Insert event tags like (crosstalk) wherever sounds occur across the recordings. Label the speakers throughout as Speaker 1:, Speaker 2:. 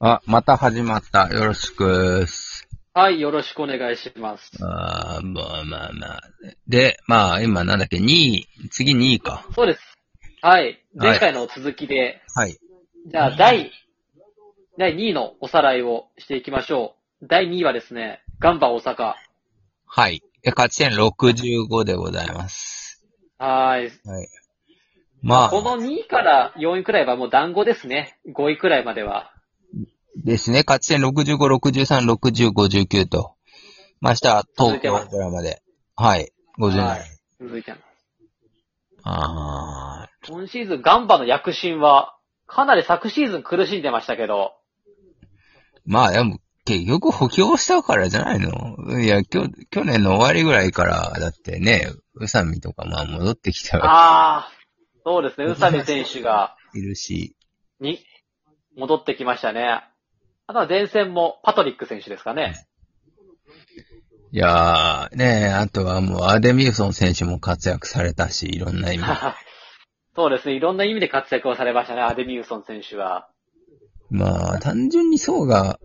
Speaker 1: あ、また始まった。よろしくっす。
Speaker 2: はい、よろしくお願いします。
Speaker 1: あーまあまあまあ。で、まあ今なんだっけ、2位、次2位か。
Speaker 2: そうです。はい。
Speaker 1: はい
Speaker 2: 前回の続きで、
Speaker 1: はい。
Speaker 2: じゃあ、第、第2位のおさらいをしていきましょう。第2位はですね、ガンバ大阪。
Speaker 1: はい。え勝ち点65でございます。
Speaker 2: はーい。
Speaker 1: はい。ま
Speaker 2: こ
Speaker 1: あ、
Speaker 2: の2位から4位くらいはもう団子ですね。5位くらいまでは。
Speaker 1: ですね。勝ち点65、63、60、59と。まあ明日、東京ドラマで。はい。50
Speaker 2: は
Speaker 1: 年
Speaker 2: い。続いてます。
Speaker 1: あ
Speaker 2: 今シーズン、ガンバの躍進は、かなり昨シーズン苦しんでましたけど、
Speaker 1: ーまあでも、結局補強したからじゃないのいや、きょ、去年の終わりぐらいから、だってね、宇佐美とかまあ戻ってきたわけ
Speaker 2: ああ、そうですね、宇佐美選手が、
Speaker 1: いるし、
Speaker 2: に、戻ってきましたね。あとは前線も、パトリック選手ですかね。 (laughs)
Speaker 1: いやー、ねえ、あとはもうアデミウソン選手も活躍されたし、いろんな (laughs) 意味。
Speaker 2: そうですね。いろんな意味で活躍をされましたね、アデミウソン選手は。
Speaker 1: まあ、単純に層が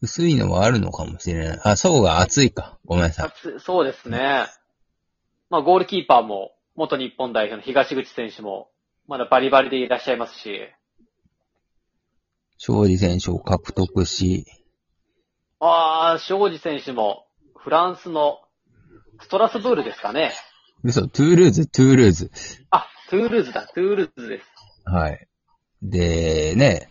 Speaker 1: 薄いのはあるのかもしれない。あ、層が厚いか。ごめんなさい。
Speaker 2: 初そうですね。まあ、ゴールキーパーも、元日本代表の東口選手も、まだバリバリでいらっしゃいますし、
Speaker 1: 庄司選手を獲得し、
Speaker 2: ああ、庄司選手も、フランスのストラスブールですかね。
Speaker 1: 嘘、トゥールーズ、トゥールーズ。
Speaker 2: あ、トゥールーズだ、トゥールーズです。
Speaker 1: はい。で、ね、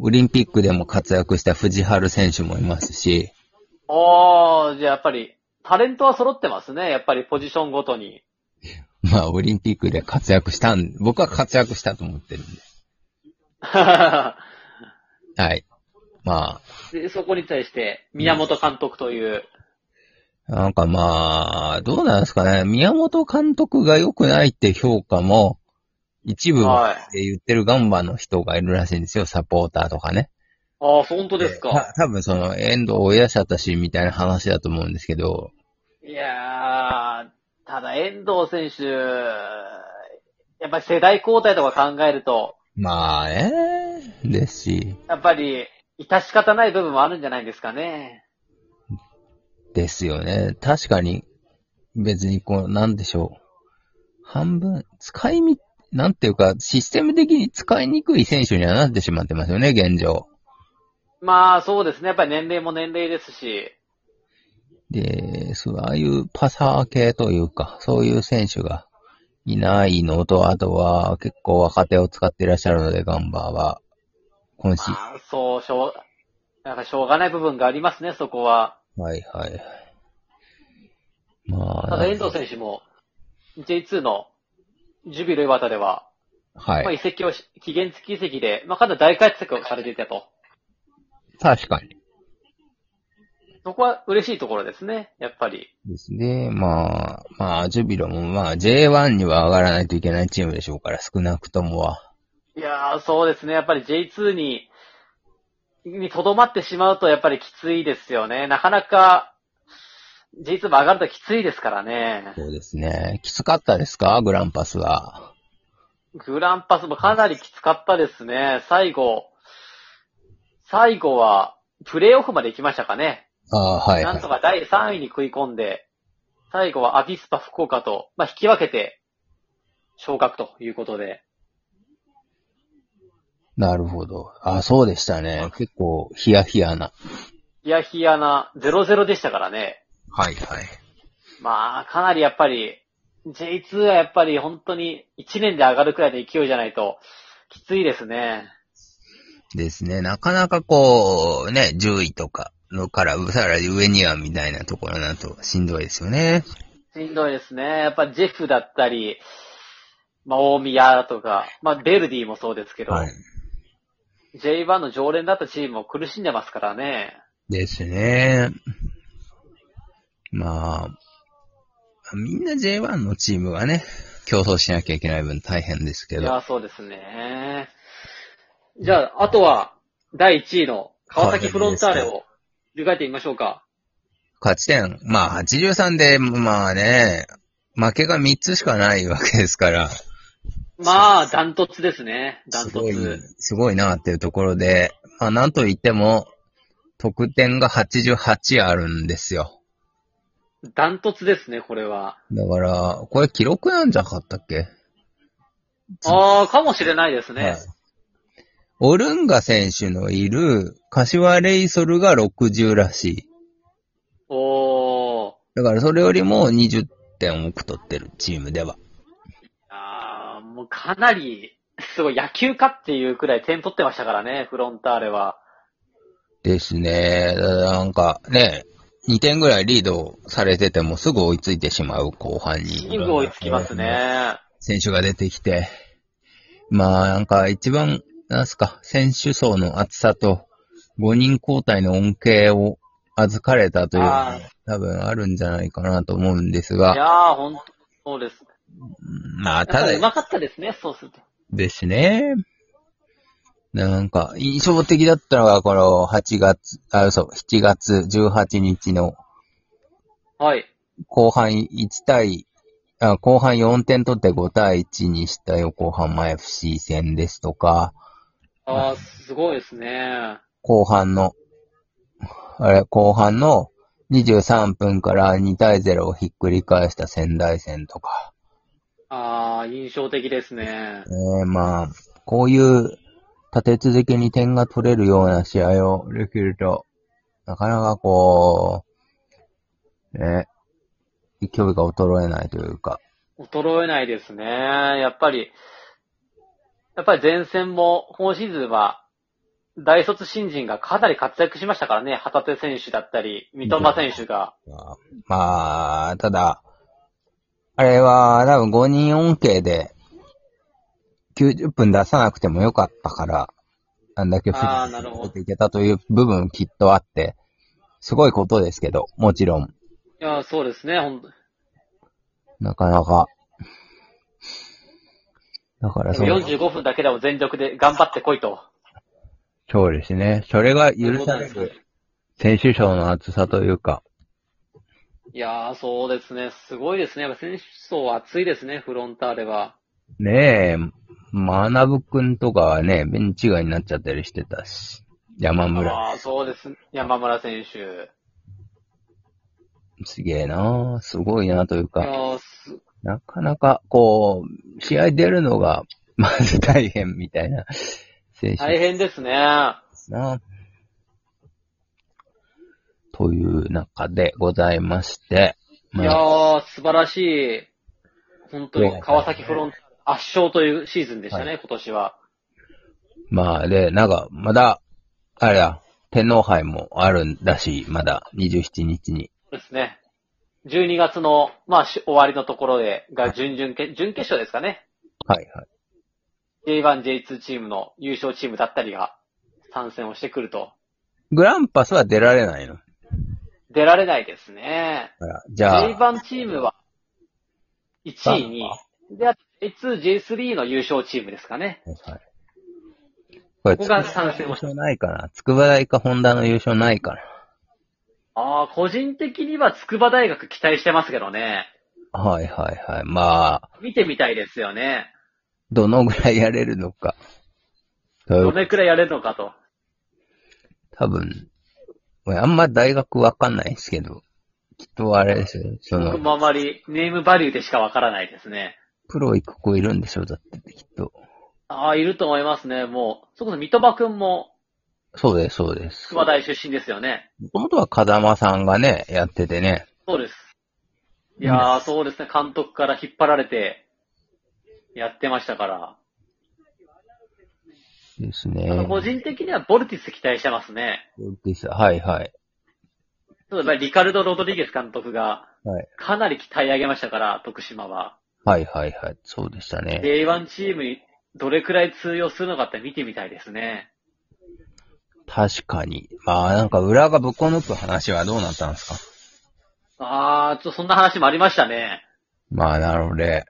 Speaker 1: オリンピックでも活躍した藤原選手もいますし、
Speaker 2: ああ、じゃあやっぱり、タレントは揃ってますね。やっぱりポジションごとに。
Speaker 1: まあ、オリンピックで活躍したん、僕は活躍したと思ってるんで。はい。まあ、
Speaker 2: でそこに対して、宮本監督という、
Speaker 1: なんかまあ、どうなんですかね。宮本監督が良くないって評価も、一部
Speaker 2: はい。
Speaker 1: で言ってるガンバの人がいるらしいんですよ、サポーターとかね。
Speaker 2: ああ、本当ですか。
Speaker 1: た多分その、遠藤を癒しちゃったし、みたいな話だと思うんですけど、
Speaker 2: いやー、ただ遠藤選手、やっぱり世代交代とか考えると、
Speaker 1: まあね、ですし、
Speaker 2: やっぱり、致し方ない部分もあるんじゃないですかね。
Speaker 1: ですよね。確かに、別にこう、なんでしょう。半分、使いみ、なんていうか、システム的に使いにくい選手にはなってしまってますよね、現状。
Speaker 2: まあ、そうですね。やっぱり年齢も年齢ですし、
Speaker 1: で、そう、ああいうパサー系というか、そういう選手がいないのと、あとは結構若手を使っていらっしゃるので、ガンバーは、今シーズ
Speaker 2: まあ、そう、しょう、なんかしょうがない部分がありますね、そこは。
Speaker 1: ン。はいはいはい。まあ、
Speaker 2: ただ遠藤選手も、J2 のジュビロ磐田では、
Speaker 1: は
Speaker 2: まあ、
Speaker 1: い。
Speaker 2: 移籍をし、期限付き移籍で、まあ、かなり大活躍をされていたと。
Speaker 1: 確かに。
Speaker 2: そこは嬉しいところですね、やっぱり。
Speaker 1: ですね。まあ、まあ、ジュビロも、まあ、J1 には上がらないといけないチームでしょうから、少なくともは。
Speaker 2: いやー、そうですね。やっぱり J2 に、にとどまってしまうとやっぱりきついですよね。なかなか、J2 も上がるときついですからね。
Speaker 1: そうですね。きつかったですかグランパスは。
Speaker 2: グランパスもかなりきつかったですね。最後、最後は、プレイオフまで行きましたかね。
Speaker 1: ああ、はい、は
Speaker 2: ないんと。か第3位に食い込んで、最後はアビスパ福岡と、まあ、引き分けて、昇格ということで。
Speaker 1: なるほど。あ、そうでしたね。結構、ヒヤヒヤな。
Speaker 2: ヒヤヒヤな0-0でしたからね。
Speaker 1: はいはい。
Speaker 2: まあ、かなりやっぱり、J2 はやっぱり本当に1年で上がるくらいの勢いじゃないと、きついですね。
Speaker 1: ですね。なかなかこう、ね、10位とかのから、 (laughs) さらに上にはみたいなところだとしんどいですよね。
Speaker 2: しんどいですね。やっぱジェフだったり、まあ、大宮とか、まあ、ベルディもそうですけど、。J1 の常連だったチームも苦しんでますからね。
Speaker 1: ですね。まあ、みんな J1 のチームがね、競争しなきゃいけない分大変ですけ
Speaker 2: い
Speaker 1: ど。
Speaker 2: や、そうですね。じゃあ、あとは、第1位の川崎フロンターレを振り返ってみましょうか。
Speaker 1: 勝ち点、まあ83で、まあね、負けが3つしかないわけですから。
Speaker 2: まあ、ダントツですね。ダン
Speaker 1: す
Speaker 2: ト
Speaker 1: ごい
Speaker 2: ツ。、
Speaker 1: すごいなっていうところで、まあ、なんと言っても、得点が88あるんですよ。
Speaker 2: ダントツですね、これは。
Speaker 1: だから、これ記録なんじゃなかったっけ
Speaker 2: ああ、かもしれないですね。
Speaker 1: はいオルンガ選手のいる柏レイソルが60らしい。
Speaker 2: おー。
Speaker 1: だからそれよりも20点多く取ってるチームでは。
Speaker 2: あーもうかなり、すごい野球かっていうくらい点取ってましたからね、フロンターレは。
Speaker 1: ですね。なんかね、2点ぐらいリードされててもすぐ追いついてしまう後半に。
Speaker 2: キング追いつきますね。
Speaker 1: 選手が出てきて、まあなんか一番、なんすか、選手層の厚さと5人交代の恩恵を預かれたというの
Speaker 2: あ
Speaker 1: が
Speaker 2: ー
Speaker 1: 多分あるんじゃないかなと思うんです
Speaker 2: い
Speaker 1: が、
Speaker 2: やー、ほんと、そうです。
Speaker 1: まあ
Speaker 2: やったぱりう
Speaker 1: だ
Speaker 2: まかったですね、そうすると。
Speaker 1: ですね。なんか、印象的だったのが、この8月、あ、嘘、7月18日の
Speaker 2: はい。
Speaker 1: 後半1対、あ後半4点取って5対1にした横浜 FC 戦ですとか、
Speaker 2: ああ、すごいですね。
Speaker 1: 後半の、あれ、後半の23分から2対0をひっくり返した仙台戦とか、
Speaker 2: ああ、印象的ですね。
Speaker 1: ねえまあ、こういう立て続けに点が取れるような試合をできると、なかなかこう、ね、勢いが衰えないというか、
Speaker 2: 衰えないですね。やっぱり、やっぱり前線も、今シーズンは、大卒新人がかなり活躍しましたからね。旗手選手だったり、三笘選手が。
Speaker 1: まあ、ただ、あれは多分5人 4K で90分出さなくてもよかったから、あんだけフリ
Speaker 2: あーなるほど
Speaker 1: ーでいけたという部分きっとあって、すごいことですけど、もちろん、
Speaker 2: いや、そうですね。ほんと
Speaker 1: なかなか。だからその、
Speaker 2: 45分だけでも全力で頑張ってこいと。
Speaker 1: そうですね。それが許され
Speaker 2: という
Speaker 1: る選手層の厚さというか、
Speaker 2: いやー、そうですね。すごいですね。やっぱ選手層厚いですね、フロンターレは。
Speaker 1: ねえ、まなぶくんとかはね、ベンチ外になっちゃったりしてたし、山村。
Speaker 2: ああ、そうです。山村選手。
Speaker 1: すげえなあすごいなという
Speaker 2: いや
Speaker 1: か、
Speaker 2: ーす
Speaker 1: なかなか、こう、試合出るのが、 (laughs) まず大変みたいな、選手
Speaker 2: 大
Speaker 1: で
Speaker 2: 変ですね。
Speaker 1: すな。という中でございまして、
Speaker 2: い
Speaker 1: ま
Speaker 2: や
Speaker 1: あ、
Speaker 2: ー、素晴らしい。本当
Speaker 1: いやいや
Speaker 2: に、川崎フロント圧勝というシーズンでしたね、
Speaker 1: は
Speaker 2: 今年は。
Speaker 1: まあ、で、なんか、まだ、あれだ、天皇杯もあるんだし、まだ27日に。
Speaker 2: そうですね。12月の、まあ、し終わりのところで、が準々決、準決勝ですかね。
Speaker 1: はいはい。
Speaker 2: J1、J2 チームの優勝チームだったりが参戦をしてくると。
Speaker 1: グランパスは出られないの
Speaker 2: 出られないですね。
Speaker 1: あらじゃあ、
Speaker 2: J1 チームは、1位に、で、あと J2、J3 の優勝チームですかね。
Speaker 1: はいこれ、
Speaker 2: ここが参戦
Speaker 1: 優
Speaker 2: をした
Speaker 1: 勝ないかな。筑波大かホンダの優勝ないかな。
Speaker 2: ああ、個人的には筑波大学期待してますけどね。
Speaker 1: はいはいはい。まあ、
Speaker 2: 見てみたいですよね。
Speaker 1: どのぐらいやれるのか。
Speaker 2: どれくらいやれるのかと。
Speaker 1: 多分、俺あんま大学わかんないですけど、きっとあれですよ。そ
Speaker 2: 僕
Speaker 1: の、
Speaker 2: もあまりネームバリューでしかわからないですね。
Speaker 1: プロ行く子いるんでしょうだって、きっと。
Speaker 2: ああ、いると思いますね。もう、それこそ三笘くんも、
Speaker 1: そうです、そうです。
Speaker 2: 筑
Speaker 1: も
Speaker 2: 波大出身ですよね。
Speaker 1: ともとは風間さんがね、やっててね。
Speaker 2: そうです。いやー、そうですね。監督から引っ張られて、やってましたから。
Speaker 1: です
Speaker 2: あ
Speaker 1: ね
Speaker 2: の。個人的にはボルティス期待してますね。
Speaker 1: そうですはいはい。
Speaker 2: そうだ、リカルド・ロドリゲス監督が
Speaker 1: はい、
Speaker 2: かなり期待上げましたから、徳島は。
Speaker 1: はいはいはい。そうでしたね。
Speaker 2: J1 チームにどれくらい通用するのかって見てみたいですね。
Speaker 1: 確かに。まあなんか裏がぶっこ抜く話はどうなったんですか
Speaker 2: あー、ちょっとそんな話もありましたね。
Speaker 1: まあ、なので、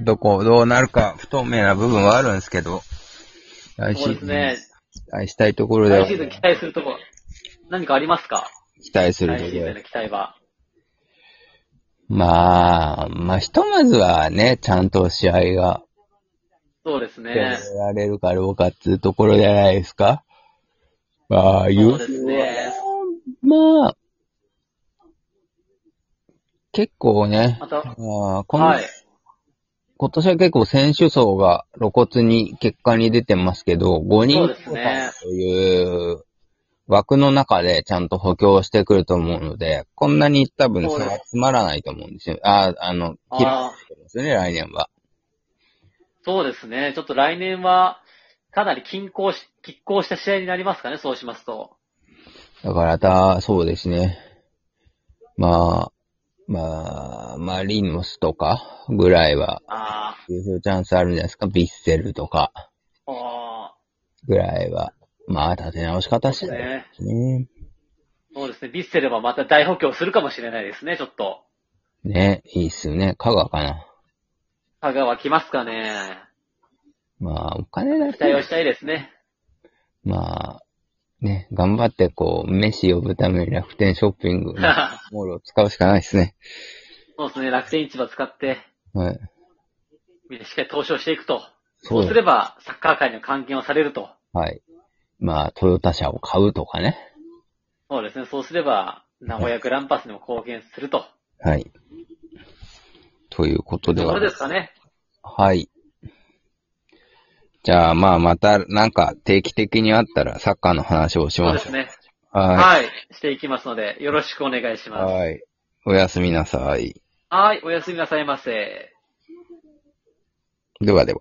Speaker 1: どこ、どうなるか不透明な部分はあるんですけど、来シ
Speaker 2: そう
Speaker 1: ー
Speaker 2: で
Speaker 1: ズ
Speaker 2: す
Speaker 1: ン、
Speaker 2: ね。
Speaker 1: 期待したいところでは
Speaker 2: 来シーズン期待するとこ、何かありますか
Speaker 1: 期待する
Speaker 2: 来
Speaker 1: と
Speaker 2: シ
Speaker 1: こ
Speaker 2: ーズ
Speaker 1: ろ
Speaker 2: ン
Speaker 1: で。
Speaker 2: の期待は。
Speaker 1: まあ、まあ、ひとまずはね、ちゃんと試合が
Speaker 2: そうですね
Speaker 1: や。られるかどうかっていうところじゃないですか。か、
Speaker 2: そうですね。
Speaker 1: まあ、結構ね、
Speaker 2: また、
Speaker 1: あーこの、
Speaker 2: はい。
Speaker 1: 今年は結構選手層が露骨に結果に出てますけど、5
Speaker 2: そ
Speaker 1: 人
Speaker 2: うですね
Speaker 1: という枠の中でちゃんと補強してくると思うので、こんなに多分
Speaker 2: そう
Speaker 1: 差
Speaker 2: です
Speaker 1: がつまらないと思うんですよ。あ、あの、切ら
Speaker 2: あー
Speaker 1: れてますね、来年は。
Speaker 2: そうですね。ちょっと来年は、かなり均衡し、拮抗した試合になりますかね、そうしますと。
Speaker 1: だからた、そうですね。まあ、まあ、まあ、リノスとかぐらいは
Speaker 2: あ
Speaker 1: 優勝チャンスあるんじゃないですか。ビッセルとか
Speaker 2: あ、ああ、
Speaker 1: ぐらいは。まあ、立て直し方し
Speaker 2: そう
Speaker 1: た
Speaker 2: です
Speaker 1: いで
Speaker 2: ね。
Speaker 1: すね。
Speaker 2: そうですね。ヴィッセルはまた大補強するかもしれないですね、ちょっと。
Speaker 1: ね、いいっすよね。香川かな。
Speaker 2: 香川来ますかね。
Speaker 1: まあ、お金だ
Speaker 2: 期待を
Speaker 1: け、
Speaker 2: したいですね。
Speaker 1: まあ、ね、頑張ってこう、飯呼ぶために楽天ショッピングモールを使うしかないですね。
Speaker 2: (laughs) そうですね。楽天市場使って、
Speaker 1: はい。
Speaker 2: みんなしっかり投資をしていくと。
Speaker 1: そ
Speaker 2: そうう
Speaker 1: です
Speaker 2: すれば、サッカー界の還元をされると。
Speaker 1: はい。まあ、トヨタ車を買うとかね。
Speaker 2: そうですね。そうすれば、名古屋グランパスにも貢献すると。
Speaker 1: はい。ということで
Speaker 2: とこ
Speaker 1: は
Speaker 2: ろ。ですかね。
Speaker 1: はい。じゃあ、まあ、また、なんか、定期的にあったら、サッカーの話をし
Speaker 2: そう
Speaker 1: ま
Speaker 2: で
Speaker 1: しょ
Speaker 2: す
Speaker 1: う。
Speaker 2: ね。
Speaker 1: は
Speaker 2: はい。していきますので、よろしくお願いし
Speaker 1: い。
Speaker 2: ます。
Speaker 1: はい。おやすみなさい。
Speaker 2: はい。おやすみなさいませ。
Speaker 1: ではでは。